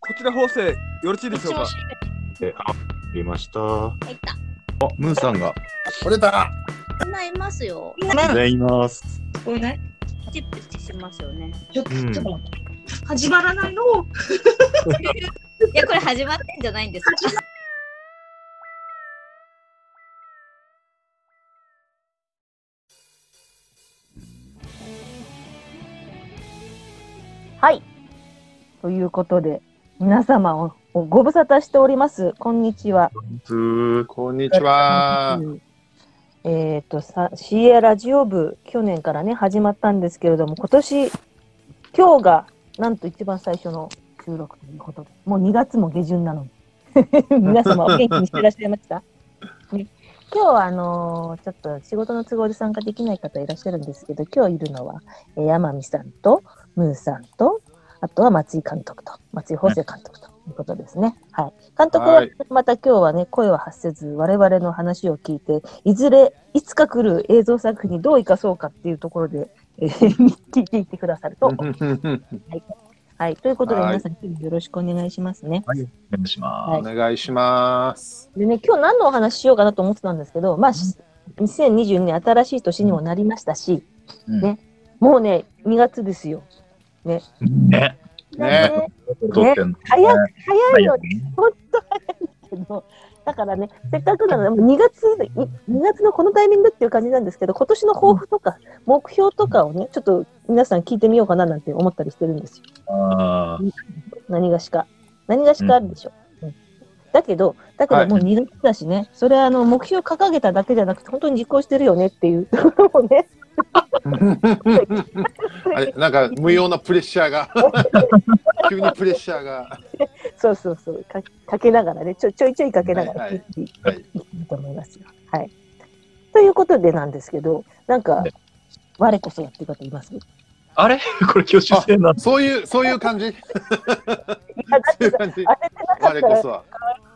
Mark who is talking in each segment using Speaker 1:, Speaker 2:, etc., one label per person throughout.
Speaker 1: こちら方正よろしいでしょうか
Speaker 2: えあ、りました。あ、
Speaker 3: 入った。
Speaker 2: ムーさんが。
Speaker 4: 取れた
Speaker 3: みんないますよ。
Speaker 2: ございます。
Speaker 5: これね、
Speaker 3: チップチします よね。
Speaker 5: ちょっと、
Speaker 2: うん
Speaker 5: ちょっと待って。始まらないの
Speaker 3: いや、これ始まってんじゃないんですか。
Speaker 6: はい。ということで、皆様をおご無沙汰しております。こんにちは。
Speaker 4: こんにちは。
Speaker 6: うんえっ、とさ、CA ラジオ部、去年からね、始まったんですけれども、今年、今日が、なんと一番最初の収録ということで、もう2月も下旬なのに。 皆様、お元気にしてらっしゃいました、ね、今日は、あのーちょっと仕事の都合で参加できない方いらっしゃるんですけど、今日いるのは、えー、天海さんと、ムーさんと、あとは松井監督と、松井法政監督ということですね。はい。監督は
Speaker 4: はい
Speaker 6: また今日はね、声は発せず、我々の話を聞いて、いずれ、いつか来る映像作品にどう生かそうかっていうところで、えー 聞いていってくださると。はい。ということで、
Speaker 4: はい
Speaker 6: 皆さん、今日もよろしくお願いしますね。
Speaker 2: お願いしま
Speaker 4: お願いし ます。
Speaker 6: でね、今日何のお話ししようかなと思ってたんですけど、まあ、し2022年新しい年にもなりましたし、
Speaker 2: うん
Speaker 6: ね、もうね、2月ですよ。
Speaker 2: す。ね。
Speaker 4: ね
Speaker 2: 撮ってんのね
Speaker 6: 早く、早いよね。
Speaker 2: ね。
Speaker 6: 本当早いけど、だからね、せっかくなので、もう2月、2月のこのタイミングっていう感じなんですけど、今年の抱負とか、目標とかをね、ちょっと皆さん聞いてみようかななんて思ったりしてるんですよ。
Speaker 2: あ
Speaker 6: 何がしか。何がしかあるでしょ。うんだけど、だけどもう2月だしね、それはあの目標掲げただけじゃなくて、本当に実行してるよねっていう ところもね、
Speaker 4: あれ、なんか無用なプレッシャー が。急にプレッシャーが。
Speaker 6: そうそうそう、かかけながらね、ちょちょいちょいかけながら、
Speaker 4: はいはい
Speaker 6: いい
Speaker 4: はい
Speaker 6: いいと思いますよ。はい。ということでなんですけど、なんか
Speaker 2: ね、
Speaker 6: 我こそはっていう方い ますい
Speaker 2: あ。あれ これ挙手制なんだ。
Speaker 4: そういう、そういう感じ。
Speaker 6: や、だっ
Speaker 4: そうい
Speaker 6: て
Speaker 4: う感じ。
Speaker 6: 当ててなかっ
Speaker 4: 我
Speaker 6: た
Speaker 4: こ
Speaker 6: ら
Speaker 4: そは。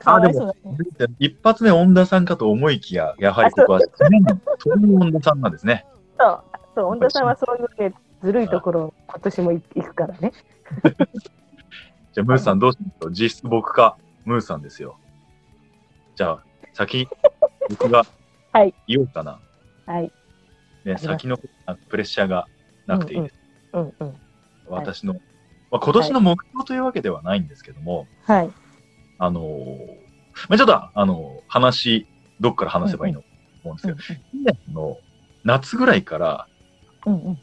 Speaker 6: か
Speaker 2: あ、
Speaker 6: わ
Speaker 2: で
Speaker 6: いそう
Speaker 2: も、
Speaker 6: だね。
Speaker 2: 一発目、恩田さんかと思いきや、やはりここは、とに恩田さんなんですね。
Speaker 6: そう、そう、本田さんはそういうね、ずるいところ、今年もい行くからね。
Speaker 2: じゃあ、ムーさんどうしますか実質僕か、ムーさんですよ。じゃあ、先、僕が
Speaker 6: はい
Speaker 2: 言おうかな。
Speaker 6: はい。
Speaker 2: ね、先のあプレッシャーがなくていいです。
Speaker 6: うんうん。
Speaker 2: 私の、まあ、今年の目標というわけではないんですけども、
Speaker 6: はい。
Speaker 2: あのーまあ、ちょっと、あのー話、どっから話せばいいのと思うんですけど、去年の夏ぐらいから
Speaker 6: うんうん。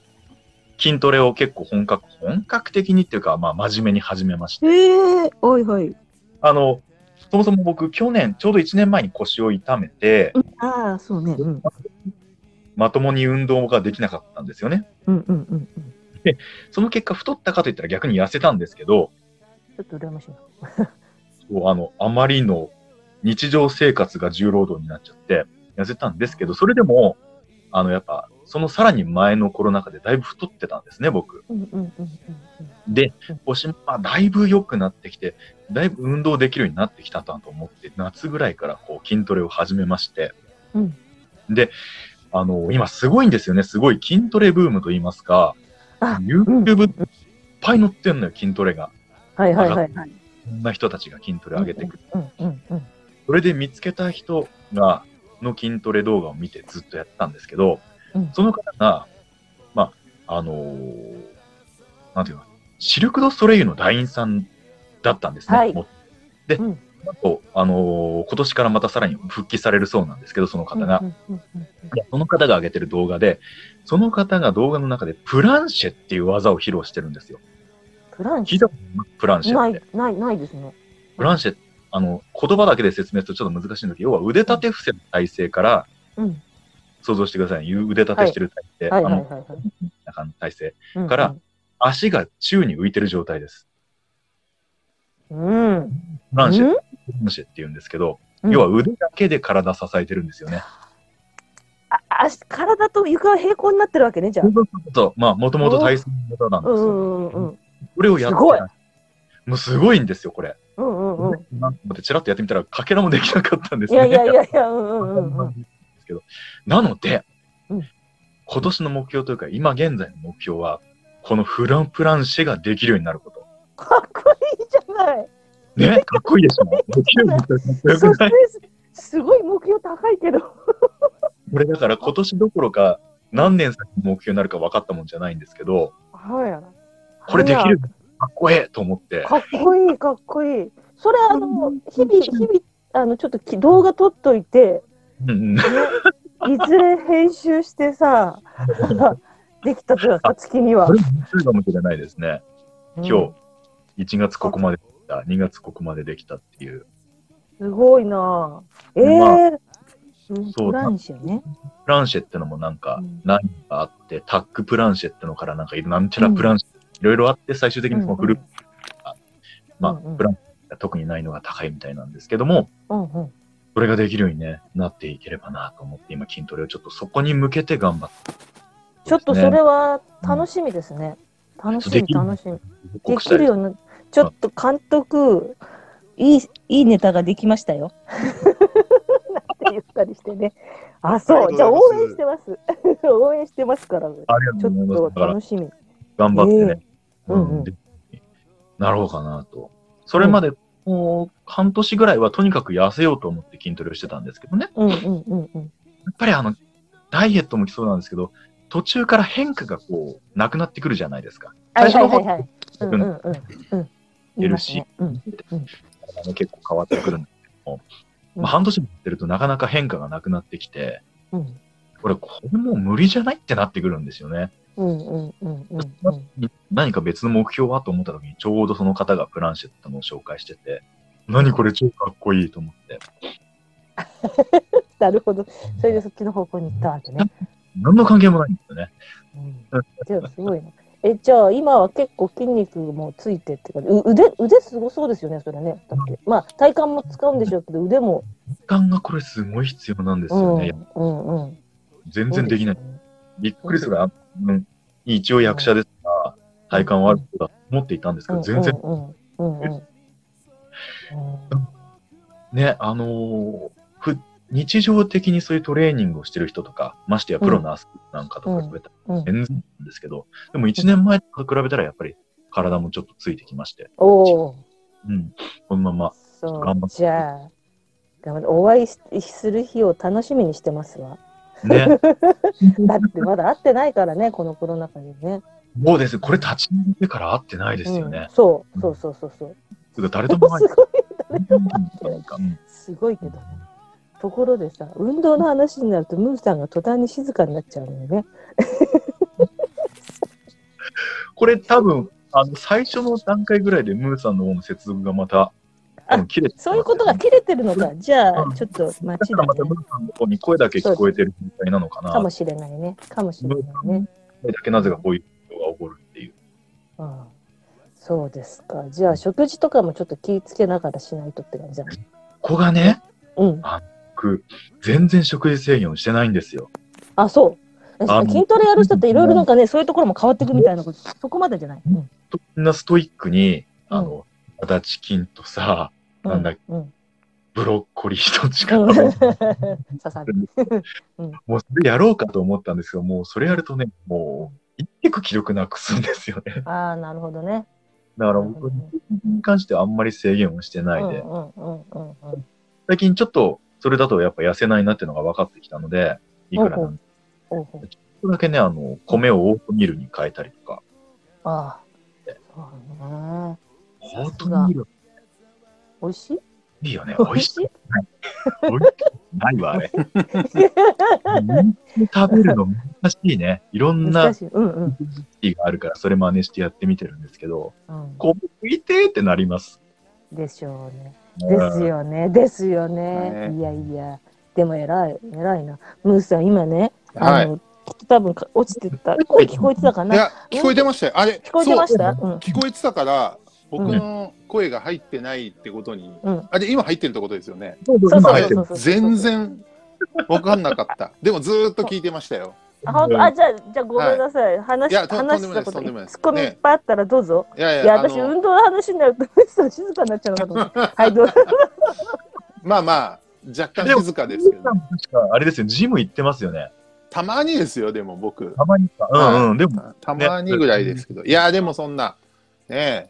Speaker 2: 筋トレを結構本格、本格的にっていうか、まあ、真面目に始めまして、
Speaker 6: ええ、おいおい。
Speaker 2: あの、そもそも僕、去年、ちょうど1年前に腰を痛めて、
Speaker 6: ああ、そうね。うん
Speaker 2: まともに運動ができなかったんですよね。
Speaker 6: うんうんうん。うん
Speaker 2: その結果、太ったかといったら逆に痩せたんですけど、
Speaker 6: ちょっと羨ましいな。
Speaker 2: こうあの、あまりの日常生活が重労働になっちゃって、痩せたんですけど、それでも、あの、やっぱ、そのさらに前のコロナ禍でだいぶ太ってたんですね、僕。
Speaker 6: うんうんうんうんうん。
Speaker 2: で
Speaker 6: うん、
Speaker 2: 腰も、まあ、だいぶ良くなってきて、だいぶ運動できるようになってきたなと思って、夏ぐらいからこう筋トレを始めまして、
Speaker 6: うん
Speaker 2: で、あの、今すごいんですよね、すごい筋トレブームと言いますか、
Speaker 6: あ
Speaker 2: YouTube いっぱい載ってんのよ、筋トレが。
Speaker 6: はいはいはい。はい。
Speaker 2: こんな人たちが筋トレ上げてくる。
Speaker 6: うんうんうん。
Speaker 2: それで見つけた人が、の筋トレ動画を見てずっとやってたんですけど、
Speaker 6: うん
Speaker 2: その方が、まあ、あのーなんていうか、シルク・ド・ストレイユの団員さんだったんですね。
Speaker 6: はい
Speaker 2: もで、
Speaker 6: うん
Speaker 2: なんとあのー今年からまたさらに復帰されるそうなんですけど、その方が。
Speaker 6: うんうんうんうん
Speaker 2: でその方が上げてる動画で、その方が動画の中でプランシェっていう技を披露してるんですよ。
Speaker 6: プラン
Speaker 2: 聞いたことありますプランシェっ
Speaker 6: な
Speaker 2: て
Speaker 6: い。、ない、ないですね。
Speaker 2: ブランシェ、あの、言葉だけで説明するとちょっと難しいんだけど、要は腕立て伏せの体勢から
Speaker 6: うん。
Speaker 2: 想像してください。ゆ腕立てしてる体勢、
Speaker 6: はいはい
Speaker 2: あ
Speaker 6: はい
Speaker 2: の、
Speaker 6: はい
Speaker 2: 中の体勢。
Speaker 6: うんうん。
Speaker 2: から足が宙に浮いてる状態です。
Speaker 6: うん。
Speaker 2: ブランシェ、
Speaker 6: うん
Speaker 2: ブランシェって言うんですけど、
Speaker 6: うん
Speaker 2: 要は腕だけで体支えてるんですよね。
Speaker 6: ああ体と床が平行になってるわけね、じゃあ。
Speaker 2: そう、まあ、もともと体操の方なんで
Speaker 6: う
Speaker 2: す
Speaker 6: んう
Speaker 2: よ。
Speaker 6: んうんうん。
Speaker 2: これをやって
Speaker 6: すごい
Speaker 2: もうすごいんですよ、これ。
Speaker 6: うんうんうん。
Speaker 2: なんかちらっとやってみたら、かけらもできなかったんです
Speaker 6: い
Speaker 2: よ
Speaker 6: や
Speaker 2: ね。
Speaker 6: いやいやいや、うん うんうんうん。
Speaker 2: ですけど、なので、
Speaker 6: うん
Speaker 2: 今年の目標というか、今現在の目標は、このフランプランシェができるようになること。
Speaker 6: かっこいいじゃない。
Speaker 2: ね、かっこいいでしょ。 木曜日めっちゃかっこよ
Speaker 6: そ
Speaker 2: く
Speaker 6: して
Speaker 2: ない
Speaker 6: すごい目標高いけど。
Speaker 2: これだから今年どころか、何年先の目標になるか分かったもんじゃないんですけど、
Speaker 6: はい。
Speaker 2: これできる。かっこええと思って。
Speaker 6: かっこいい、かっこいい。それ、あの、日々、日々、あの、ちょっとき動画撮っといて、
Speaker 2: うんうん。
Speaker 6: いずれ編集し てさ、できたとはさ、月には
Speaker 2: そ。れも面白いかもしれないですね。
Speaker 6: うん
Speaker 2: 今日、1月ここまでできた、2月ここまでできたっていう。
Speaker 6: すごいなぁえ
Speaker 2: ま
Speaker 6: えー。
Speaker 2: そう
Speaker 6: プランシェね。
Speaker 2: プランシェってのもなんか
Speaker 6: うん、
Speaker 2: 何があって、タックプランシェってのからなんか、なんちゃらプランシェ、いろいろあって、最終的にそのフル、まあ、
Speaker 6: うんうん
Speaker 2: プランシェが特にないのが高いみたいなんですけども、
Speaker 6: うんうん。
Speaker 2: それができるように、ね、なっていければなと思って、今筋トレをちょっとそこに向けて頑張って。
Speaker 6: ちょっとそれは楽しみですね。楽し
Speaker 2: で
Speaker 6: み、
Speaker 2: きる
Speaker 6: 楽しみ。
Speaker 2: 報
Speaker 6: で
Speaker 2: 告し
Speaker 6: き
Speaker 2: たい
Speaker 6: る
Speaker 2: です
Speaker 6: よね。ちょっと監督、いい、いいネタができました よ。なんて言ったりしてね。あ、そう。じゃあ応援してます。 応援してますから。ち
Speaker 2: ありがとうござい
Speaker 6: ょ
Speaker 2: ま
Speaker 6: っ
Speaker 2: す。
Speaker 6: と
Speaker 2: だから
Speaker 6: 楽しみ。
Speaker 2: 頑張ってね、
Speaker 6: えうんうん
Speaker 2: でなろうかなと。それまでもう半年ぐらいはとにかく痩せようと思って筋トレをしてたんですけどね。
Speaker 6: うんうんうんうん。
Speaker 2: やっぱりあの、ダイエットもきそうなんですけど、途中から変化がこう、なくなってくるじゃないですか。
Speaker 6: はい
Speaker 2: 最
Speaker 6: は
Speaker 2: 初
Speaker 6: い
Speaker 2: の方
Speaker 6: はいはい。うんうんうんうん。
Speaker 2: いるし
Speaker 6: 言いますね。
Speaker 2: あの結構変わってくるんですけども、
Speaker 6: うん
Speaker 2: まあ、半年もやってるとなかなか変化がなくなってきて、
Speaker 6: うんうん
Speaker 2: これ、これもう無理じゃないってなってくるんですよね。
Speaker 6: うんうんうんうんうん。
Speaker 2: 何か別の目標はと思った時に、ちょうどその方がプランシェットのを紹介してて、何これ超かっこいいと思って、
Speaker 6: なるほど。それでそっちの方向に行ったわけね。
Speaker 2: 何の関係もないんですよね。
Speaker 6: うん、じゃあすごいな。え、じゃあ今は結構筋肉もついてってか、う腕、腕すごそうですよね、それね。だって、まあ体幹も使うんでしょうけど、腕も。
Speaker 2: 時間がこれすごい必要なんですよね。
Speaker 6: うん、うん、うん。
Speaker 2: 全然できない。
Speaker 6: そうすよね。
Speaker 2: びっくりするぐらい。うん、一応役者ですから、体感はあるとだと思っていたんですけど、全然
Speaker 6: うん、うん、うんうん。
Speaker 2: ね、あのーふ日常的にそういうトレーニングをしてる人とか、ましてやプロのアスリートなんかと比べた
Speaker 6: うん、うん
Speaker 2: ら全然なんですけど、でも1年前と比べたらやっぱり体もちょっとついてきまして、
Speaker 6: おお。
Speaker 2: うん、このまま
Speaker 6: そ
Speaker 2: 頑張
Speaker 6: う。
Speaker 2: って
Speaker 6: じゃあ。頑張ってお会いしする日を楽しみにしてま すわ。
Speaker 2: ね、
Speaker 6: だってまだ会ってないからね、このコロナ禍でね。
Speaker 2: もうですね、これ立ち上げてから会ってないですよ
Speaker 6: うん
Speaker 2: ね。
Speaker 6: そう、そうそうそうそう。
Speaker 2: つうか誰とも会
Speaker 6: す ご
Speaker 2: え
Speaker 6: い
Speaker 2: てない。なんかうん
Speaker 6: すごいけどね。ところでさ、運動の話になると、ムーさんが途端に静かになっちゃうのよね。
Speaker 2: これ多分、あの、最初の段階ぐらいでムーさんの方の接続がまた、多分切れてますよ
Speaker 6: そう
Speaker 2: ね
Speaker 6: いうことが切れてるのか、じゃ
Speaker 2: う
Speaker 6: あ、
Speaker 2: ん
Speaker 6: ちょっと待
Speaker 2: だ
Speaker 6: ち
Speaker 2: から
Speaker 6: だ、
Speaker 2: またム
Speaker 6: ね、
Speaker 2: ーさんの方に声だけ聞こえてるみたいなのかな。
Speaker 6: かもしれないね。かもしれないね。
Speaker 2: 声だけなぜかこういうことが起こるっていう。
Speaker 6: うん、そうですか。じゃあ、食事とかもちょっと気ぃつけながらしないとって感じだね。
Speaker 2: ここがね、
Speaker 6: うん。
Speaker 2: 僕、全然食事制限をしてないんですよ。
Speaker 6: あ、そう。
Speaker 2: あの
Speaker 6: 筋トレやる人っていろいろなんかね、そういうところも変わっていくみたいなこと、そこまでじゃない。うん。
Speaker 2: みんなストイックに、あの、足立筋とさ、
Speaker 6: う
Speaker 2: なんだっけ
Speaker 6: うん。
Speaker 2: ブロッコリーと近
Speaker 6: 刺
Speaker 2: く に
Speaker 6: さる。
Speaker 2: もうそれやろうかと思ったんですけど、もうそれやるとね、もう、一滴気力なくすんですよね。
Speaker 6: ああ、なるほどね。
Speaker 2: だから
Speaker 6: なるほ
Speaker 2: 僕
Speaker 6: どね
Speaker 2: に関してはあんまり制限をして
Speaker 6: う
Speaker 2: なんいうで、
Speaker 6: んうんうんうん。
Speaker 2: 最近ちょっとそれだとやっぱ痩せないなっていうのが分かってきたので、いくら
Speaker 6: ほう
Speaker 2: な
Speaker 6: ほ
Speaker 2: んで
Speaker 6: ほうほう
Speaker 2: それだけね、あの、米をオートミールに変えたりとか、
Speaker 6: ああ。そうね。
Speaker 2: オー
Speaker 6: さ
Speaker 2: ト
Speaker 6: すが
Speaker 2: ミール
Speaker 6: 美味しい
Speaker 2: いいよね、
Speaker 6: 美
Speaker 2: 美
Speaker 6: 味
Speaker 2: 味
Speaker 6: し
Speaker 2: し
Speaker 6: い
Speaker 2: い。美味しくないわ、あれ。食べるの難しいね。いろんな
Speaker 6: 難しい。うんうん。
Speaker 2: ティーがあるから、それ真似してやってみてるんですけど、
Speaker 6: うん、
Speaker 2: こう、食いてーってなります。
Speaker 6: でしょうね。ですよね。ですよね。
Speaker 4: ね
Speaker 6: いやいや。でも偉い、偉いな。ムースさん、今ね、
Speaker 4: は
Speaker 6: あ
Speaker 4: い。
Speaker 6: の、きっと多分か落ちてた。声聞こえてたか
Speaker 4: い
Speaker 6: な。
Speaker 4: や、聞こえてましたよ。あれ、
Speaker 6: 聞こえてました
Speaker 2: そう
Speaker 6: うん。
Speaker 4: 聞こえてたから、僕の声が入ってないってことに。
Speaker 6: うん
Speaker 4: あれ、今入ってるってことですよね。
Speaker 2: そう
Speaker 6: そう
Speaker 2: 今
Speaker 6: そう
Speaker 2: 入っ
Speaker 6: そう
Speaker 2: て
Speaker 6: そ
Speaker 2: る
Speaker 6: うそう。
Speaker 4: 全。然。わかんなかった。でも、ずーっと聞いてましたよ。
Speaker 6: あ、本当。あ、じゃあ、じゃあごめんなさい。話
Speaker 4: いやと
Speaker 6: 話したこ
Speaker 4: と
Speaker 6: と、
Speaker 4: んでもないです
Speaker 6: ツッコミいっぱいあったらどうぞ。
Speaker 4: いやいや、
Speaker 6: いや、
Speaker 4: あの
Speaker 6: 私、運動の話になると、ムースさん静かになっちゃうのかと思 って。はい、どうぞ。
Speaker 4: まあまあ、若干静かですけど、
Speaker 2: 確かあれですよ、ジム行ってますよね。
Speaker 4: たまにですよ、でも僕。
Speaker 2: たまにか。うんうん。でも、
Speaker 4: たまにぐらいですけど、いや、でもそんな、ねえ、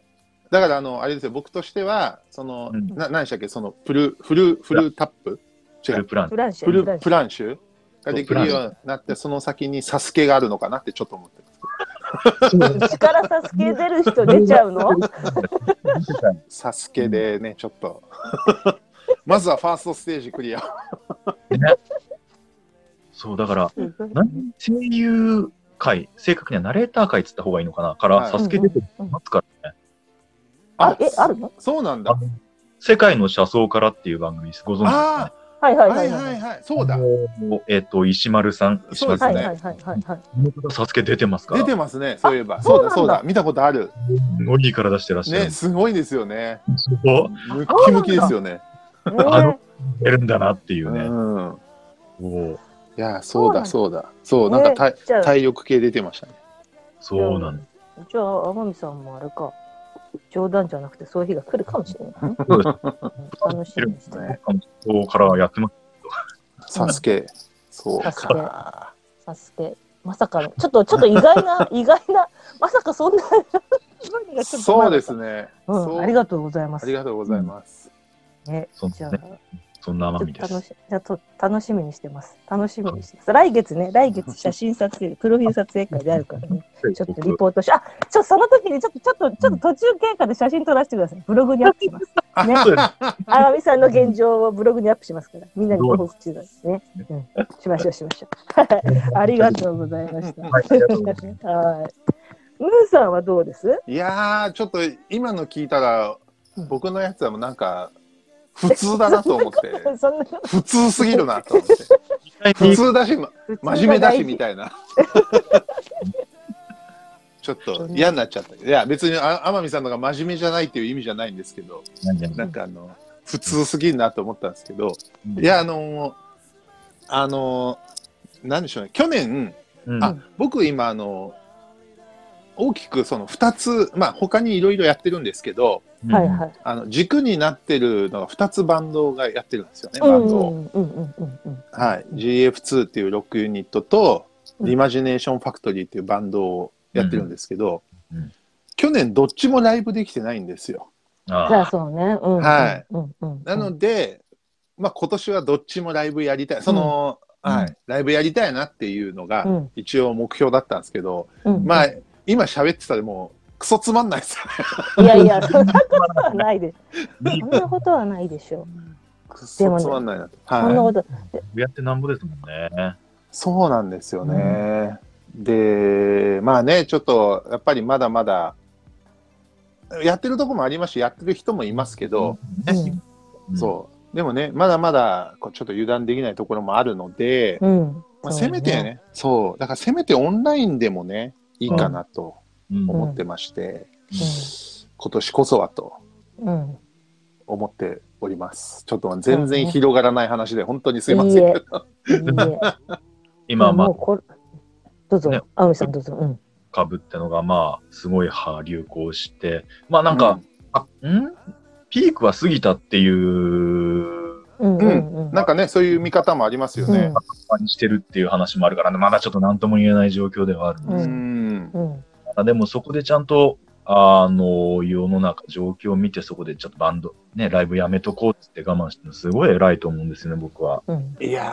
Speaker 4: だから、あの、あれですよ、僕としては、その、
Speaker 2: うん
Speaker 4: な何でしたっけ、その、フル、フル、フルタップ違
Speaker 2: フル
Speaker 4: う、
Speaker 2: プラン
Speaker 6: フ。ランシェ
Speaker 4: フル
Speaker 6: フランシェ
Speaker 4: プランシュができるようになって、その先にサスケがあるのかなってちょっと思ってます。
Speaker 6: うちからサスケ出る人出ちゃ うの
Speaker 4: サスケでね、ちょっと。 まずはファーストステージクリア。
Speaker 2: そう、だから、何声優会、正確にはナレーター会っつった方がいいのかなから、
Speaker 4: はい
Speaker 2: サスケ出てますからね。
Speaker 6: あえあるの
Speaker 4: そうなんだ。
Speaker 2: 世界の車窓からっていう番組です。ご存知で
Speaker 4: あ
Speaker 2: すか
Speaker 6: はい
Speaker 4: あ、
Speaker 6: はいは
Speaker 4: はいい
Speaker 6: は。
Speaker 4: はいいはい。そう
Speaker 2: あ
Speaker 4: だ。
Speaker 2: のえっ、と、石丸さん、石
Speaker 4: そう
Speaker 2: 丸
Speaker 4: です
Speaker 2: さ
Speaker 6: は
Speaker 2: ん
Speaker 6: い
Speaker 4: ね
Speaker 2: ね。
Speaker 6: はいはいはいはい。
Speaker 2: サスケ出てますから。
Speaker 4: 出てますね、そういえば。
Speaker 6: あ
Speaker 4: そうだ、
Speaker 6: そ
Speaker 4: そうう
Speaker 6: なん
Speaker 4: だ。
Speaker 6: だ
Speaker 4: 見たことある。
Speaker 2: すごいいい体してらっしゃるん
Speaker 4: ね、
Speaker 2: です
Speaker 4: ごいですよね。
Speaker 2: す。そう
Speaker 4: ムッキムキですよね。
Speaker 6: ね
Speaker 2: あの出るんだなっていううね。
Speaker 4: ん。
Speaker 2: そう
Speaker 4: いや、そうだ、
Speaker 6: そ
Speaker 4: そうだ。そう、なんか体
Speaker 6: じゃあ、
Speaker 4: 体力系出てましたね。
Speaker 2: そうなんです。
Speaker 6: じゃあ、天海さんもあれか。冗談じゃなくて、そういう日が来るかもしれ ないね。
Speaker 2: そうで
Speaker 6: 楽しみにしてね。
Speaker 2: そうからやってます。
Speaker 4: サスケ。そう
Speaker 6: サスケ
Speaker 4: か。
Speaker 6: サスケ。まさかの、ちょっと、ちょっと意 外な、意外な、まさかそんな何がちょっと
Speaker 4: そうです
Speaker 6: ね。
Speaker 4: ね。
Speaker 6: う
Speaker 4: そ
Speaker 6: ん、
Speaker 4: う
Speaker 6: ありがとうございま
Speaker 4: あ
Speaker 6: す。
Speaker 4: りがとうございます。
Speaker 6: ね、
Speaker 2: そん
Speaker 6: じゃ
Speaker 2: な
Speaker 6: あ、
Speaker 2: ね
Speaker 6: ち
Speaker 2: そんな
Speaker 6: ょ
Speaker 2: 甘
Speaker 6: っ
Speaker 2: みで
Speaker 6: と
Speaker 2: す。
Speaker 6: 楽しいやと楽しみにしてます。楽しみにしてます。来月ね、来月写真撮影、プロフィール撮影会であるからね。ちょっとリポートし、あ、ちょその時にちょっとちょっとちょっと途中経過で写真撮らせてください。ブログにアップします。ね、あやみさんの現状をブログにアップしますから、みんなにご報告中ですね。うん、しましょうしましょう。はいありがとうございました。
Speaker 2: はい、ありがとうございます。
Speaker 6: はい。ムーさんはどうです？
Speaker 4: いやー、ちょっと今の聞いたら、僕のやつはもうなんか、普通だなと思って、
Speaker 6: そんな
Speaker 4: 普通すぎるなと思って、 普通だし、ま真面目だしみ
Speaker 6: い
Speaker 4: たい な。ちょっと嫌になっちゃった。いや、別にあ天海さんのが真面目じゃないっていう意味じゃないんですけど、なんかあの、普通すぎるなと思ったんですけど、いや、あのーあのーなんでしょうね、去年、
Speaker 2: うん、
Speaker 4: あ僕今、あの大きくその2つ、まあ、他にいろいろやってるんですけど、
Speaker 2: うん
Speaker 6: な。はいはい。
Speaker 4: あの軸になってるのが2つバンドがやってるんですよね、
Speaker 6: う
Speaker 4: バ
Speaker 6: ん
Speaker 4: ン
Speaker 6: う
Speaker 4: ドを。
Speaker 6: んうんうんうんうん。
Speaker 4: はい、GF2 っていうロックユニットと、
Speaker 6: うん
Speaker 4: リマジネーションファクトリーっていうバンドをやってるんですけど、
Speaker 2: うんうん
Speaker 4: 去年どっちもライブできてないんですよ。
Speaker 6: じゃ
Speaker 2: あ
Speaker 6: あそうね。うんうん
Speaker 4: はい。
Speaker 6: うんうん。
Speaker 4: なので、まあ、今年はどっちもライブやりたい、その、
Speaker 2: うん
Speaker 4: は
Speaker 2: う
Speaker 4: い、ライブやりたいなっていうのが
Speaker 6: うん
Speaker 4: 一応目標だったんですけど、
Speaker 6: うん
Speaker 4: まあ、今喋ってたらもうクソつまんないですよね。
Speaker 6: いやいや、そんなことはないで。そんなことはないでしょう。
Speaker 4: クソつまんないなと。
Speaker 6: そんな
Speaker 4: はい、
Speaker 6: こと。
Speaker 2: やってなんぼですもんね。
Speaker 4: そうなんですよね。で、まあね、ちょっとやっぱりまだまだ、やってるとこもありますし、やってる人もいますけど、
Speaker 6: うん
Speaker 4: そう。でもね、まだまだこうちょっと油断できないところもあるので、
Speaker 6: うん。
Speaker 4: まあ、せめてね。そう、だからせめてオンラインでもね、いいかなと
Speaker 2: うん。うん。
Speaker 4: 思ってまして、今年こそはと
Speaker 6: うん。うん
Speaker 4: 思っております。ちょっと全然広がらない話で、本当にすいま
Speaker 6: いい
Speaker 4: せん。
Speaker 6: え。いいえ。
Speaker 2: 今はま
Speaker 6: もうこれどうぞ
Speaker 2: ね、
Speaker 6: 青海さんどうぞ。うん。
Speaker 2: あ、かぶってのが、まあ、すごいは流行して、まあなんか、あんピークは過ぎたっていう、
Speaker 6: うんうんう
Speaker 4: うんん、。なんかね、そういう見方もありますよね。
Speaker 2: にしてるっていう話もあるから、ね、まだちょっと何とも言えない状況ではあるんで
Speaker 6: う
Speaker 4: うんん。
Speaker 6: うん。
Speaker 2: あでもそこでちゃんと、あの、世の中、状況を見て、そこでちょっとバンド、ね、ライブやめとこうっつって我慢してるの、すごい偉いと思うんですよね、僕は。
Speaker 6: うん。
Speaker 4: いや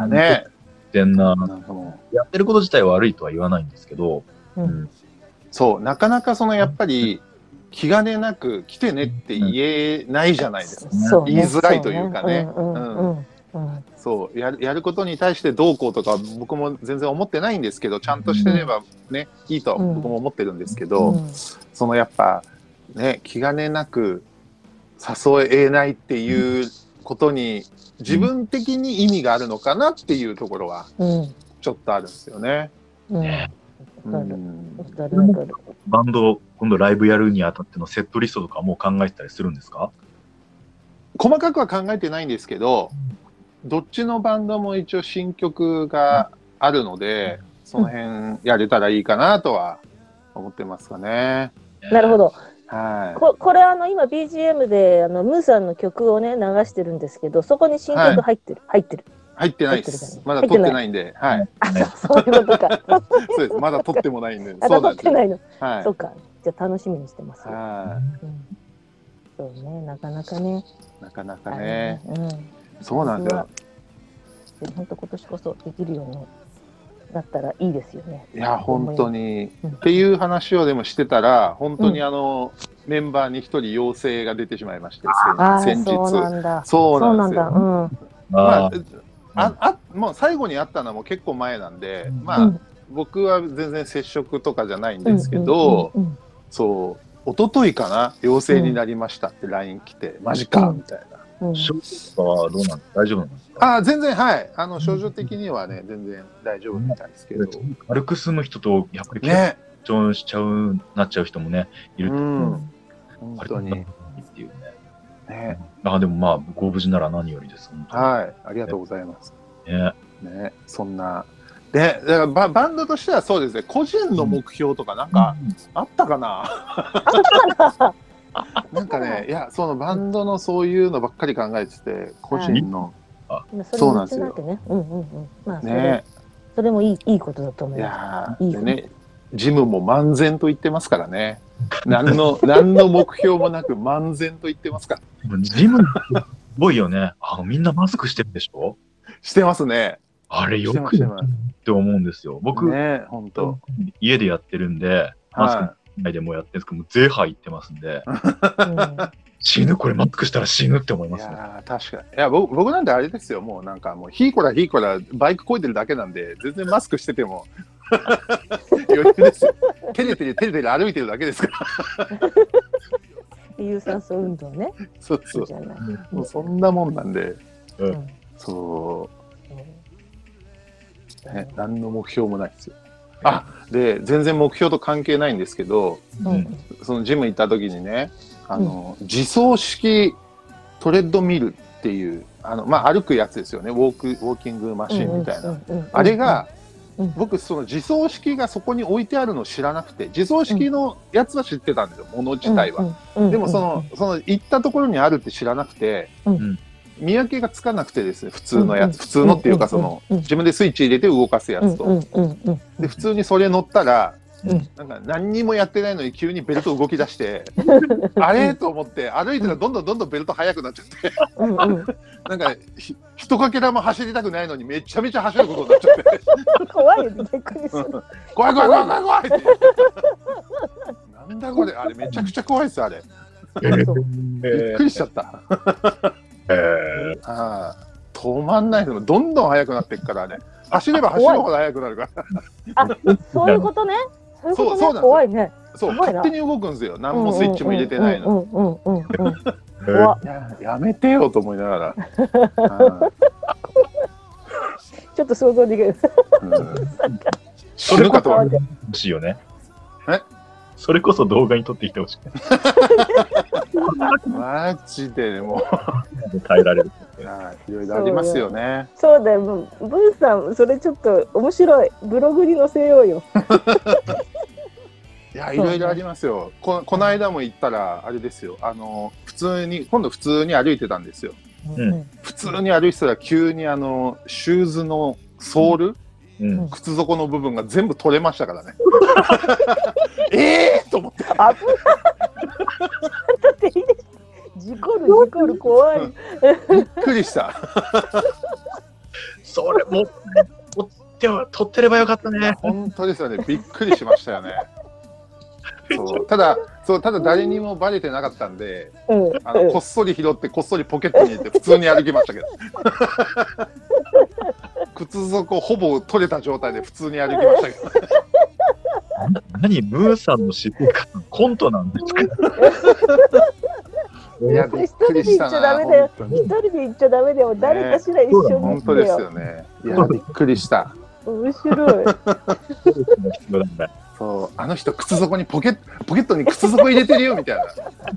Speaker 4: ー、
Speaker 2: うん
Speaker 4: ね、
Speaker 2: でんな、
Speaker 4: なんかもう
Speaker 2: やってること自体は悪いとは言わないんですけど、
Speaker 6: うん
Speaker 2: うん
Speaker 4: そう、なかなかそのやっぱり、気兼ねなく来てねって言えないじゃないですか。
Speaker 6: そうね
Speaker 4: 言いづらいというかね
Speaker 6: そううんうんうん。
Speaker 4: そうやる、やることに対してどうこうとか、僕も全然思ってないんですけど、ちゃんとしてればね、いいとは僕も思ってるんですけど、
Speaker 6: うん
Speaker 4: そのやっぱ、ね、気兼ねなく誘えないっていうことに、自分的に意味があるのかなっていうところは、
Speaker 6: うん。
Speaker 4: ちょっとあるんですよね。
Speaker 6: うん。
Speaker 2: ね
Speaker 6: わか
Speaker 4: う
Speaker 6: る。
Speaker 4: ん
Speaker 6: わかるわかる。
Speaker 2: バンド、今度ライブやるにあたってのセットリストとかもう考えてたりするんですか
Speaker 4: 細かくは考えてないんですけど、どっちのバンドも一応新曲があるので、その辺やれたらいいかなとは思ってますかね。
Speaker 6: なるほど。
Speaker 4: は
Speaker 6: ここれあの今 BGM であのムーさんの曲をね流してるんですけど、そこに新曲入ってる入ってる。
Speaker 4: い。入ってないで
Speaker 6: 入ってる
Speaker 4: す
Speaker 6: ね。
Speaker 4: まだ撮ってないんで。はい。
Speaker 6: あ、そうそういうことか。
Speaker 4: そうです。まだ撮ってもないんで。
Speaker 6: あ、
Speaker 4: そうな
Speaker 6: 残
Speaker 4: ん
Speaker 6: っ
Speaker 4: です
Speaker 6: て。ないの。
Speaker 4: は
Speaker 6: そ
Speaker 4: い。
Speaker 6: うか。ちゃ楽しみにしてます。
Speaker 4: は
Speaker 6: うんそうね、なかなかね。
Speaker 4: い。なかな
Speaker 6: あ
Speaker 4: か
Speaker 6: れ
Speaker 4: ね
Speaker 6: ね。うん。
Speaker 4: そうなんだよ。
Speaker 6: でも本当今年こそできるようになったらいいですよね。
Speaker 4: いや、本当
Speaker 6: に。
Speaker 4: に。
Speaker 6: うん
Speaker 4: っていう話をでもしてたら、本当にあの、メンバーに一人陽性が出てしまいまして、
Speaker 6: ああ、
Speaker 4: 先先
Speaker 6: そうな
Speaker 4: 日。
Speaker 6: んだ。
Speaker 4: そ
Speaker 6: そう
Speaker 4: うな
Speaker 6: なんん
Speaker 4: です
Speaker 6: だ。
Speaker 4: よ
Speaker 6: う。ん。
Speaker 4: ま
Speaker 2: あ
Speaker 4: あ
Speaker 2: ー、
Speaker 4: ああもう最後に会ったのはもう結構前なんで、
Speaker 2: うん
Speaker 4: まあ、僕は全然接触とかじゃないんですけど、
Speaker 6: うん、うん
Speaker 4: そう一昨日かな陽性になりましたって LINE 来て、マジか
Speaker 6: うん
Speaker 4: みたいな
Speaker 6: うんうん
Speaker 2: 症状とかはどうなんですか大丈夫なんですか
Speaker 4: あー全然はいあの症状的にはね全然大丈夫みたいですけど、
Speaker 2: アルクスの人とやっぱり結
Speaker 4: ね
Speaker 2: 婚しちゃう、なっちゃう人もね、い
Speaker 4: う
Speaker 2: ると
Speaker 4: ん本
Speaker 2: あれ
Speaker 4: 当にね
Speaker 2: っていうね。あでもまあ、ご無事なら何よりです。本当に
Speaker 4: はいありがとうございます
Speaker 2: ね
Speaker 4: ねそんなでだからババンドとしてはそうですね個人の目標とかなんかあったかな、なんかね、いや、そのバンドのそういうのばっかり考えてて、個人の。
Speaker 6: 今それ
Speaker 4: そうなんですよ
Speaker 6: めっちゃなってね。うんうんうん。まあそれ、
Speaker 4: ね。
Speaker 6: それもいいいいことだと思。
Speaker 4: いうや
Speaker 6: い
Speaker 4: ー
Speaker 6: いよ
Speaker 4: でね、ジムも漫然と言ってますからね。何の、 何の目標もなく漫然と言ってますか
Speaker 2: でもジム、すごいよね。 あのみんなマスクしてるでしょ
Speaker 4: ら。してますね。
Speaker 2: あれよ
Speaker 4: してま
Speaker 2: く
Speaker 4: す、し
Speaker 2: や
Speaker 4: て
Speaker 2: っ
Speaker 4: ます。
Speaker 2: て思うんですよ。僕、
Speaker 4: ね、本当。
Speaker 2: 家でやってるんで、マス
Speaker 4: は
Speaker 2: ク内でもやってるんですけど、もうゼーハ行ってますんで、
Speaker 6: うん
Speaker 2: 死ぬ、これマスクしたら死ぬって思い
Speaker 4: い。い
Speaker 2: ますね。
Speaker 4: やー確かに。いや、僕僕なんてあれですよ。もうなんかもう、ヒーコラヒーコラ、バイクこいでるだけなんで、全然マスクしてても。 余裕ですよ。テレテレテレテレ歩いてるだけですから。
Speaker 6: 有酸素運動ね。
Speaker 4: そう
Speaker 6: い
Speaker 4: そ
Speaker 6: いうじ。ゃない。
Speaker 4: もうそんなもんなんで。
Speaker 2: うん
Speaker 4: そう。
Speaker 6: うん
Speaker 4: ね、何の目標もないですよ。あで全然目標と関係ないんですけど
Speaker 6: う
Speaker 2: う
Speaker 6: ん
Speaker 2: ん
Speaker 4: そのジム行った時にねあの、自走式トレッドミルっていうあの、まあ、歩くやつですよねウォークウォーキングマシンみたいな、
Speaker 6: うんうんうんうん
Speaker 4: あれが、
Speaker 6: うん
Speaker 4: 僕その自走式がそこに置いてあるのを知らなくて自走式のやつは知ってたんですよ、もの自体は。
Speaker 6: うんうんうんうん
Speaker 4: でもそのその行ったところにあるって知らなくて、
Speaker 2: ん
Speaker 4: 見分けがつかなくてですね普通のやつ、普通のっていうかその、
Speaker 6: うんうんうん
Speaker 4: 自分でスイッチ入れて動かすやつと、
Speaker 6: うんうんうん
Speaker 4: で普通にそれ乗ったら、
Speaker 6: うん
Speaker 4: なんか何にもやってないのに急にベルト動き出して あれと思って歩いてたらどんどんどんどんベルト速くなっちゃって
Speaker 6: うんうんうん
Speaker 4: なんかひ一かけらも走りたくないのにめちゃめちゃ走ることになっち ゃって
Speaker 6: 怖いよね 逆にそれ
Speaker 4: 怖い怖い怖い怖い怖いって。なんだこれあれめちゃくちゃ怖いですあれびっくりしちゃった。
Speaker 2: えー
Speaker 4: ああ止まんないのどんどん速くなっていくからね走れば走るほど速くなるから
Speaker 6: あそういうことねそういう
Speaker 4: そうそうな
Speaker 6: こ
Speaker 4: ん
Speaker 6: と
Speaker 4: ですよ
Speaker 6: ね怖いね
Speaker 4: そう
Speaker 6: すごいな
Speaker 4: 勝手に動くんですよ何もスイッチも入れてないの
Speaker 6: のうんうんうんうんうんうん
Speaker 2: えー
Speaker 6: 怖っ
Speaker 4: いややめてよと思いな がらああ
Speaker 6: ちょっと想像できる
Speaker 4: うん死ぬかと思う
Speaker 2: 欲しいよね。
Speaker 4: え
Speaker 2: それこそ動画に撮ってきてほしく
Speaker 4: マジでも
Speaker 2: て耐えられる。
Speaker 4: うああいろいろありますよね
Speaker 6: そうだよもうブーさんそれちょっと面白いブログに載せようよ
Speaker 4: いや
Speaker 6: う
Speaker 4: いろいろありますよここの間も行ったらあれですよあの普通に今度普通に歩いてたんですよ
Speaker 2: うん
Speaker 4: 普通に歩いてたら急にあのシューズのソール、
Speaker 2: うん。
Speaker 4: 靴底の部分が全部取れましたからね。ええと思って。
Speaker 6: 危ないだっていいでしょ事故る事故る怖い
Speaker 4: びっくりした。
Speaker 2: それも、撮っては、撮ってればよかったね。
Speaker 4: 本当ですよね。びっくりしましたよね。そうただ、そうただ誰にもバレてなかったんで、
Speaker 6: うんうん
Speaker 4: あのこっそり拾ってこっそりポケットに入れて普通に歩きましたけど。靴底ほぼ取れた状態で普通に歩きましたけど。
Speaker 2: 何、ムーさんの私生活のコントなんですか
Speaker 4: いやびっくりした
Speaker 6: 一人で行っちゃダ
Speaker 4: な。
Speaker 6: メだよ
Speaker 4: 本当に
Speaker 6: 一人で行っちゃダメだよ誰かしら一緒に行
Speaker 4: 本
Speaker 6: って
Speaker 4: 当
Speaker 6: よ、
Speaker 4: ですよね。いやびっくりした。
Speaker 6: 面白い
Speaker 4: そう、あの人靴底にポケット、ポケットに靴底入れてるよみたいな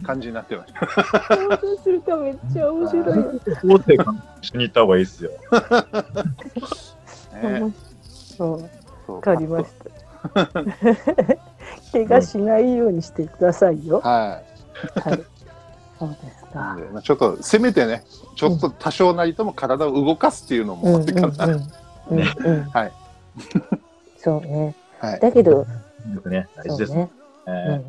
Speaker 4: 感じになってました。
Speaker 6: 想像するとめっちゃ面白いよ
Speaker 2: 大手感一緒に行った方がいいですよ。
Speaker 4: ね、
Speaker 6: そうわ
Speaker 4: そう
Speaker 6: かりました 怪我しないようにしてくださいよ、
Speaker 4: は
Speaker 6: はい、そうです
Speaker 4: い、なん
Speaker 6: か
Speaker 4: でまあちょっとせめてね、ちょっと多少なりとも体を動かすっていうの
Speaker 6: うん
Speaker 4: もあ
Speaker 6: う
Speaker 4: っ
Speaker 6: んう
Speaker 4: て
Speaker 6: ん
Speaker 4: かな。
Speaker 6: うんうん
Speaker 4: はい
Speaker 6: そうね
Speaker 4: はい、
Speaker 6: だけど
Speaker 2: ね、大事
Speaker 6: そ
Speaker 2: で
Speaker 6: う
Speaker 2: すね。
Speaker 6: ね、うん、あ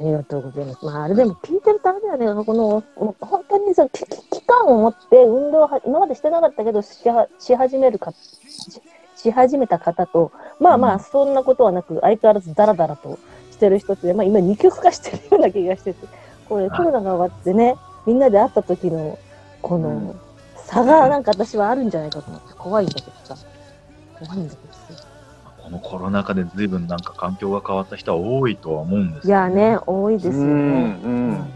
Speaker 6: りがとうございます。まあ、あれでも聞いてるためだよね。この、本当にその、きき期間を持って運動は、今までしてなかったけど、しはし始めるか、しし始めた方と、まあま
Speaker 2: う
Speaker 6: あ、
Speaker 2: ん
Speaker 6: そんなことはなく、相変わらずダラダラとしてる人って、まあ今二極化してるような気がしてて、これ
Speaker 2: は
Speaker 6: コ
Speaker 2: い
Speaker 6: ロナが終わってね、みんなで会った時の、この、
Speaker 2: うん
Speaker 6: 差がなんか私はあるんじゃないかと思って、怖いんだけどさ。怖いんだけどさ。
Speaker 2: このコロナ禍で随分なんか環境が変わった人は多いとは思うんです
Speaker 6: いやね、多いですよね。
Speaker 4: うん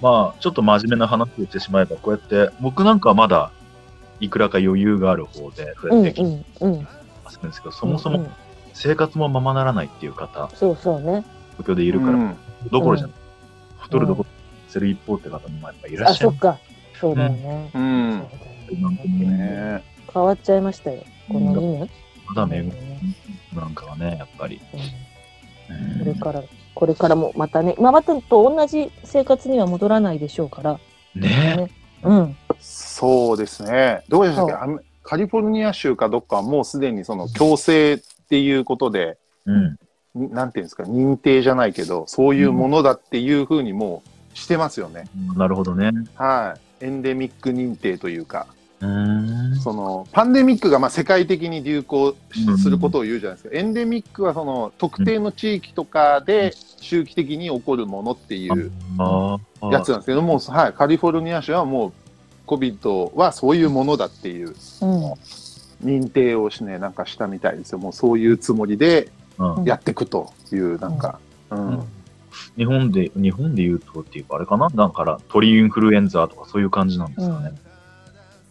Speaker 2: まあ、ちょっと真面目な話をしてしまえば、こうやって、僕なんかはまだ、いくらか余裕がある方で、そうや
Speaker 6: うん
Speaker 2: っ
Speaker 6: う
Speaker 2: て聞い
Speaker 6: んうん。
Speaker 2: するんですけど、そもそ
Speaker 6: うんう
Speaker 2: も
Speaker 6: ん
Speaker 2: 生活もままならないっていう方、
Speaker 6: そうそうね。
Speaker 2: 東京でいるから、
Speaker 4: うん
Speaker 2: どころじゃない。太るどころ、痩せる一方って方もやっぱいら
Speaker 6: あ、
Speaker 2: っしゃ
Speaker 6: そ
Speaker 2: る
Speaker 6: っ。か。そうだよね。
Speaker 4: う
Speaker 6: そうんだよね
Speaker 2: なんかね
Speaker 4: ね
Speaker 6: 変わっちゃいましたよ。この2年。
Speaker 2: まだめぐなんかはね、やっぱり。
Speaker 6: うんこれから、これからもまたね、今までと同じ生活には戻らないでしょうから。
Speaker 2: ね
Speaker 6: うん。
Speaker 4: そうですね。どうでしたっけ
Speaker 6: そう
Speaker 4: アメカリフォルニア州かどっかはもうすでにその強制っていうことで、
Speaker 2: うん。
Speaker 4: んなんていうんですか、認定じゃないけど、そういうものだっていうふうにもうしてますよね。
Speaker 2: なるほどね。
Speaker 4: はい。エンデミック認定というか、
Speaker 2: うーん。
Speaker 4: そのパンデミックがまあ世界的に流行しすることを言うじゃないですか。エンデミックはその特定の地域とかで周期的に起こるものっていう
Speaker 2: ああ。
Speaker 4: やつなんですけども、はい、カリフォルニア州はもう COVID はそういうものだっていう。
Speaker 6: うん。
Speaker 4: 認定をしねなんかしたみたいですよもうそういうつもりで
Speaker 2: うん
Speaker 4: やっていくというなんか、うん
Speaker 2: うん日本で、日本で言うとっていうか、あれかなだから、鳥インフルエンザとかそういう感じなんですかね。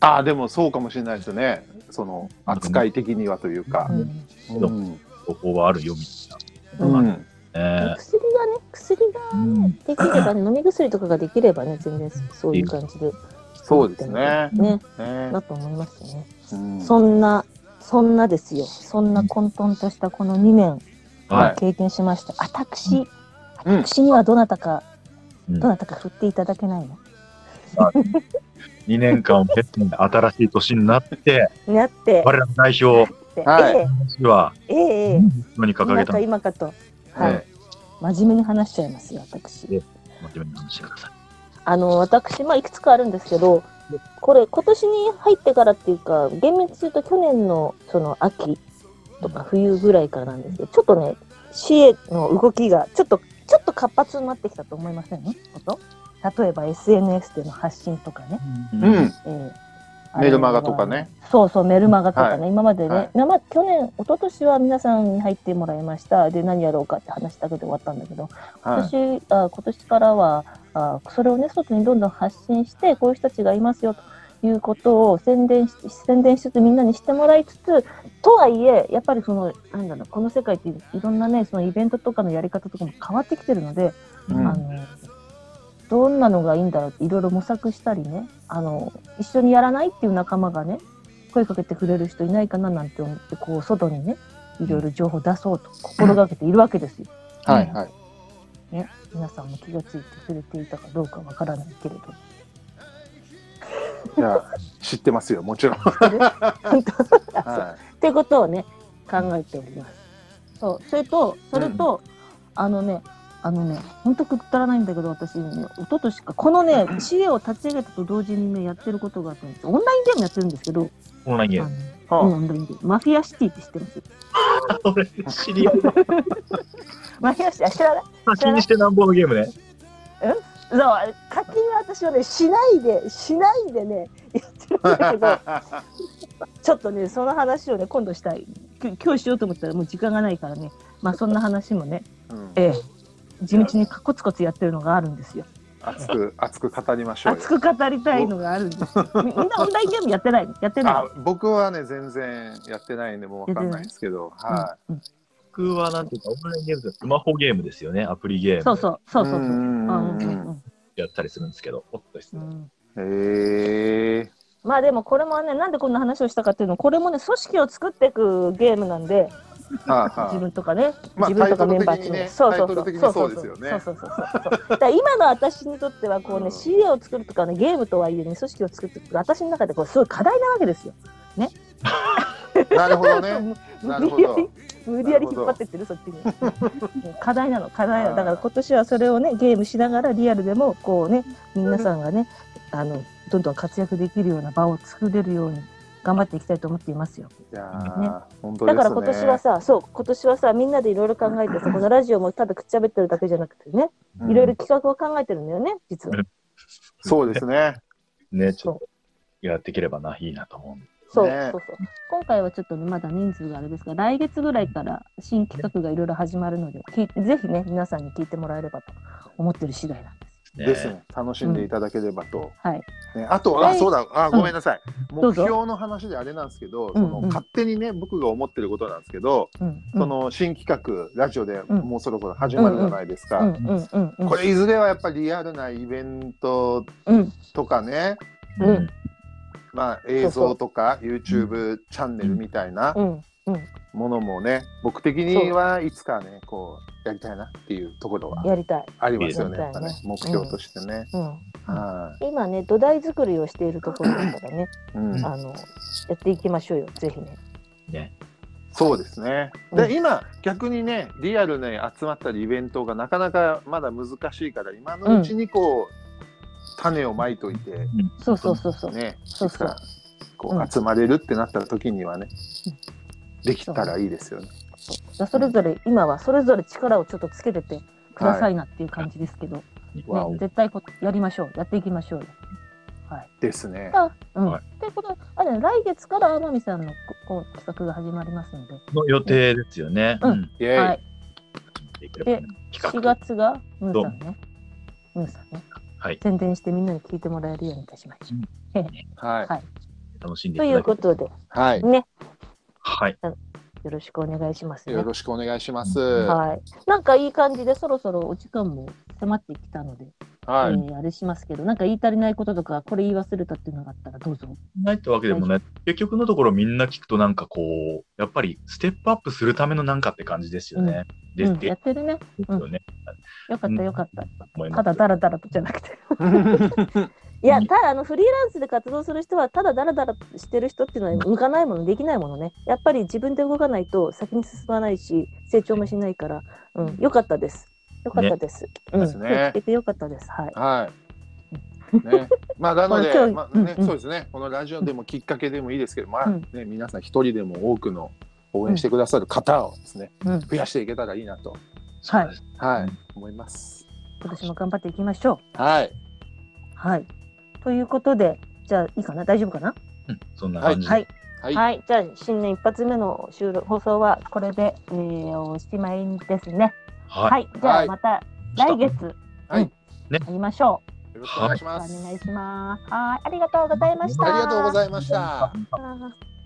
Speaker 4: ああでもそうかもしれないですねその扱い的にはというか
Speaker 6: う、ん
Speaker 2: ん
Speaker 4: うん
Speaker 2: 方法はあるよみたいな。
Speaker 4: うん
Speaker 2: ねえ
Speaker 6: 薬がね、薬が
Speaker 2: うん
Speaker 6: できればね、飲み薬とかができればね、全然そういう感じで。
Speaker 4: そうですね
Speaker 6: ね、
Speaker 4: ね
Speaker 6: だと思いますね。
Speaker 4: うん
Speaker 6: そんな、そんなですよ。そんな混沌としたこの2年。
Speaker 2: はい。
Speaker 6: 経験しました。私、
Speaker 4: うん
Speaker 6: 私にはどなたか、
Speaker 2: うん
Speaker 6: どなたか振っていただけないの、
Speaker 2: 2年間を経て、新しい年になって、
Speaker 6: なって、
Speaker 2: 我らの代表
Speaker 6: って
Speaker 4: はい
Speaker 2: は、
Speaker 6: ええええええ
Speaker 2: 何掲げ
Speaker 6: 今
Speaker 2: た
Speaker 6: か
Speaker 2: ので、
Speaker 6: 今かと、はい
Speaker 2: 真
Speaker 6: 真面目に話しちゃいますよ、私。
Speaker 2: 面目に話してください。
Speaker 6: あの、私、まあ、いくつかあるんですけど、これ、今年に入ってからっていうか、厳密に言うと去年のその秋とか冬ぐらいからなんですけど、ちょっとね、市への動きが、ちょっと、ちょっと活発になってきたと思いませんこと例えば SNS での発信とかね。
Speaker 4: う
Speaker 2: うん
Speaker 4: ん
Speaker 6: ええ
Speaker 4: メルマガとかね。
Speaker 6: そうそう、メルマガとかね、今までね、
Speaker 4: はい
Speaker 6: まあ去年、一昨年は皆さんに入ってもらいました、で、何やろうかって話だけで終わったんだけど、今
Speaker 4: はい
Speaker 6: 年、あ今年からはあ、それをね、外にどんどん発信して、こういう人たちがいますよということを宣伝し宣伝しつつ、みんなにしてもらいつつ、とはいえ、やっぱりその、なんだろう、この世界っていろんなね、そのイベントとかのやり方とかも変わってきてるので、
Speaker 4: うん
Speaker 6: あのどんなのがいいんだろうっていろいろ模索したりねあの一緒にやらないっていう仲間がね声かけてくれる人いないかななんて思ってこう外にねいろいろ情報出そうと心がけているわけですよ。
Speaker 4: はいはい
Speaker 6: 皆さんも気がついてくれていたかどうかわからないけれど。
Speaker 4: いや知ってますよもちろん、
Speaker 6: 本当
Speaker 4: は
Speaker 6: っていうことをね考えております。そうそれとそれと、あのねあのね本当くったらないんだけど私ね一昨年かこ のね知恵を立ち上げたと同時にねやってることがあったんですオンラインゲームやってるんですけど、
Speaker 2: オンラインゲー
Speaker 6: あ
Speaker 2: ム。
Speaker 6: のうん
Speaker 4: は
Speaker 6: オンラインゲームマフィアシティって知ってます
Speaker 2: 俺、知り合い
Speaker 6: マフィアシティあ知らない
Speaker 2: 課金してなんぼのゲームね。
Speaker 6: そうあれ課金は私はねしないでしないでねやってるんだけ どちょっとねその話をね今度したいき今日しようと思ったらもう時間がないからねまあそんな話もね
Speaker 4: い、うん
Speaker 6: ええ、地道にコツコツやってるのがあるんですよ。
Speaker 4: 熱く熱く語りましょうよ
Speaker 6: 熱く語りたいのがあるんですよ。みみんなオンラインゲームやってないのやってな
Speaker 4: あ
Speaker 6: い
Speaker 4: 僕はね全然やってないんでもうわかんないですけど
Speaker 6: の
Speaker 4: は
Speaker 6: うん
Speaker 2: 僕はなんていうか、オンラインゲームってスマホゲームですよね。アプリゲー
Speaker 6: う
Speaker 2: ム。
Speaker 6: んそうそうそ
Speaker 4: いう
Speaker 6: そうそう。うん
Speaker 4: ん
Speaker 6: うん
Speaker 4: うんうん
Speaker 6: うん
Speaker 2: やったりするんですけど、おっとです
Speaker 6: う
Speaker 2: ね。
Speaker 6: ん
Speaker 4: へえ
Speaker 6: まあでもこれもねなんでこんな話をしたかっていうのこれもね組織を作っていくゲームなんで
Speaker 4: はいはい
Speaker 6: 自分とかね、
Speaker 4: まあ
Speaker 6: 自分とかメンバー
Speaker 4: タイ
Speaker 6: チ
Speaker 4: トル的に
Speaker 6: ーム
Speaker 4: ね
Speaker 6: そうそ
Speaker 4: タイトル的にそう
Speaker 6: うそうそうそう
Speaker 4: ですよね
Speaker 6: そうそうそうそうだから今の私にとってはこうね、
Speaker 4: うん
Speaker 6: CA を作るとかねゲームとはいえね組織を作っていく私の中でこれすごい課題なわけですよ。
Speaker 4: なるほどね。なるほど。
Speaker 6: 無理やり引っ張ってってる、そっちに。もう課題なの、課題なの。だから今年はそれをね、ゲームしながらリアルでも、こうね、皆さんがね、あの、どんどん活躍できるような場を作れるように頑張っていきたいと思っていますよ。
Speaker 4: いや
Speaker 6: ね
Speaker 4: ー、本当で
Speaker 6: だ
Speaker 4: すね。
Speaker 6: から今年はさ、そう、今年はさ、みんなでいろいろ考えてさ、このラジオもただくっちゃべってるだけじゃなくてね、
Speaker 4: うん、
Speaker 6: いろいろ企画を考えてるんだよね、実は。
Speaker 4: そうですね。
Speaker 2: ね、ちょっとやっていければな、いいなと思うんで。
Speaker 6: そう、
Speaker 4: ね
Speaker 6: そうそう。今回はちょっとねまだ人数があれですが、来月ぐらいから新企画がいろいろ始まるので、聞いぜひね、皆さんに聞いてもらえればと思ってる次第なんです。
Speaker 2: ね
Speaker 4: ですね。楽しんでいただければと。
Speaker 6: はい。
Speaker 4: ね、あと、あ、
Speaker 6: はい
Speaker 4: そうだ、あ、
Speaker 6: うん
Speaker 4: ごめんなさい。
Speaker 6: ど
Speaker 4: 目
Speaker 6: うぞ
Speaker 4: 標の話であれなんですけど、そ
Speaker 6: うん
Speaker 4: の
Speaker 6: うん
Speaker 4: 勝手にね、僕が思ってることなんですけど、
Speaker 6: うん。
Speaker 4: その新企画、ラジオで
Speaker 6: ん
Speaker 4: もうそろそろ始まるじゃないです
Speaker 6: うん
Speaker 4: か。
Speaker 6: うんうんうん。
Speaker 4: これいずれはやっぱりリアルなイベント
Speaker 6: うん
Speaker 4: とかね、
Speaker 6: うん
Speaker 4: まあ映像とか YouTube チャンネルみたいな
Speaker 6: うん。
Speaker 4: ものもね、僕的にはいつかね、こうやりたいなっていうところは
Speaker 6: やりたい。
Speaker 4: ありますよね、
Speaker 6: や
Speaker 4: や
Speaker 6: り
Speaker 4: ったぱ
Speaker 6: いね
Speaker 4: ね、目標としてね。
Speaker 6: うん。
Speaker 4: は
Speaker 6: 今ね、土台作りをしているところだからね、
Speaker 4: い。うん
Speaker 6: あの、やっていきましょうよ、ぜひね。
Speaker 4: そうですね。
Speaker 6: う
Speaker 4: で、
Speaker 6: ん
Speaker 4: 今、逆にね、リアルね、集まったりイベントがなかなかまだ難しいから、今のうちにこう、種をまいといて、
Speaker 6: そうそうそうそう。
Speaker 4: ね、い
Speaker 6: そう
Speaker 4: つ
Speaker 6: そう
Speaker 4: かこ
Speaker 6: うん
Speaker 4: う集まれるってなった時にはね、できたらいいですよね。
Speaker 6: じゃあそれぞれ、今はそれぞれ力をちょっとつけててくださいなっていう感じですけど、
Speaker 4: わお
Speaker 6: ね、絶対こやりましょう。やっていきましょうよ。
Speaker 4: ですね。
Speaker 6: あ、うん。
Speaker 2: はい
Speaker 6: で、この、あれ、来月から天海さんのここう企画が始まりますので、
Speaker 2: の予定ですよね。
Speaker 6: うん
Speaker 2: うん
Speaker 4: イェイ、
Speaker 6: はい。
Speaker 2: できればね
Speaker 6: 4
Speaker 2: 企画。
Speaker 6: 月がムーさんね。ムーさんね。
Speaker 2: はい。
Speaker 6: 宣伝してみんなに聞いてもらえるようにいたしましょ
Speaker 4: はい。
Speaker 6: は
Speaker 2: 楽しん
Speaker 6: う。
Speaker 2: でいた
Speaker 6: とい
Speaker 2: だけ
Speaker 6: うこ
Speaker 2: れば
Speaker 6: とで、
Speaker 4: はい。
Speaker 6: ね、
Speaker 2: はい。
Speaker 6: よろしくお願いしますね
Speaker 4: よ。ろしくお願いします。は
Speaker 6: はい。なんかいい感じで、そろそろお時間も迫ってきたので、え
Speaker 4: い。
Speaker 6: ーあれしますけど、なんか言い足りないこととか、これ言い忘れたっていうのがあったらどうぞ。
Speaker 2: ないってわけでもない。結局のところみんな聞くとなんかこう、やっぱりステップアップするためのなんかって感じですよね。で
Speaker 6: うん、
Speaker 2: で
Speaker 6: やってるね。
Speaker 2: ですよね。
Speaker 6: よかったよかった。
Speaker 2: 思いま
Speaker 6: た
Speaker 2: す
Speaker 6: だだらだらとじゃなくて。 いや、ただあのフリーランスで活動する人は、ただだらだらしてる人っていうのは向かないもの、できないものね。やっぱり自分で動かないと先に進まないし、成長もしないから、うん、よかったです。よかったです。うん、
Speaker 4: ですね
Speaker 6: 手つけてよかったです。はい。
Speaker 4: はい。ね、まあなの
Speaker 6: まあ今
Speaker 4: で、
Speaker 6: 日
Speaker 4: まあね
Speaker 6: うんうん
Speaker 4: そうですね、このラジオでもきっかけでもいいですけど、まあ
Speaker 6: うん
Speaker 4: ね、皆さん一人でも多くの応援してくださる方をですね、
Speaker 6: うん
Speaker 4: 増やしていけたらいいなと、
Speaker 2: そうです
Speaker 4: はい、
Speaker 2: うん
Speaker 4: 思います。
Speaker 6: 今年も頑張っていきましょ
Speaker 4: はい、
Speaker 6: う。はい。ということで、じゃあいいかな大丈夫かな
Speaker 2: うんそんな感じで。
Speaker 6: はい。
Speaker 4: はい、
Speaker 6: はい、じゃあ新年一発目の収録放送はこれで、えー、おしまいですね。
Speaker 2: は。
Speaker 6: はいい、じゃ
Speaker 4: は
Speaker 6: あ
Speaker 4: い
Speaker 6: また来月、
Speaker 4: はい
Speaker 6: うん
Speaker 2: ね
Speaker 6: 会いましょ
Speaker 4: よろしくお願いし
Speaker 6: う。お
Speaker 4: ます。
Speaker 6: 願いします。はい、ありがとうございました。
Speaker 4: ありがとうございました。
Speaker 6: います。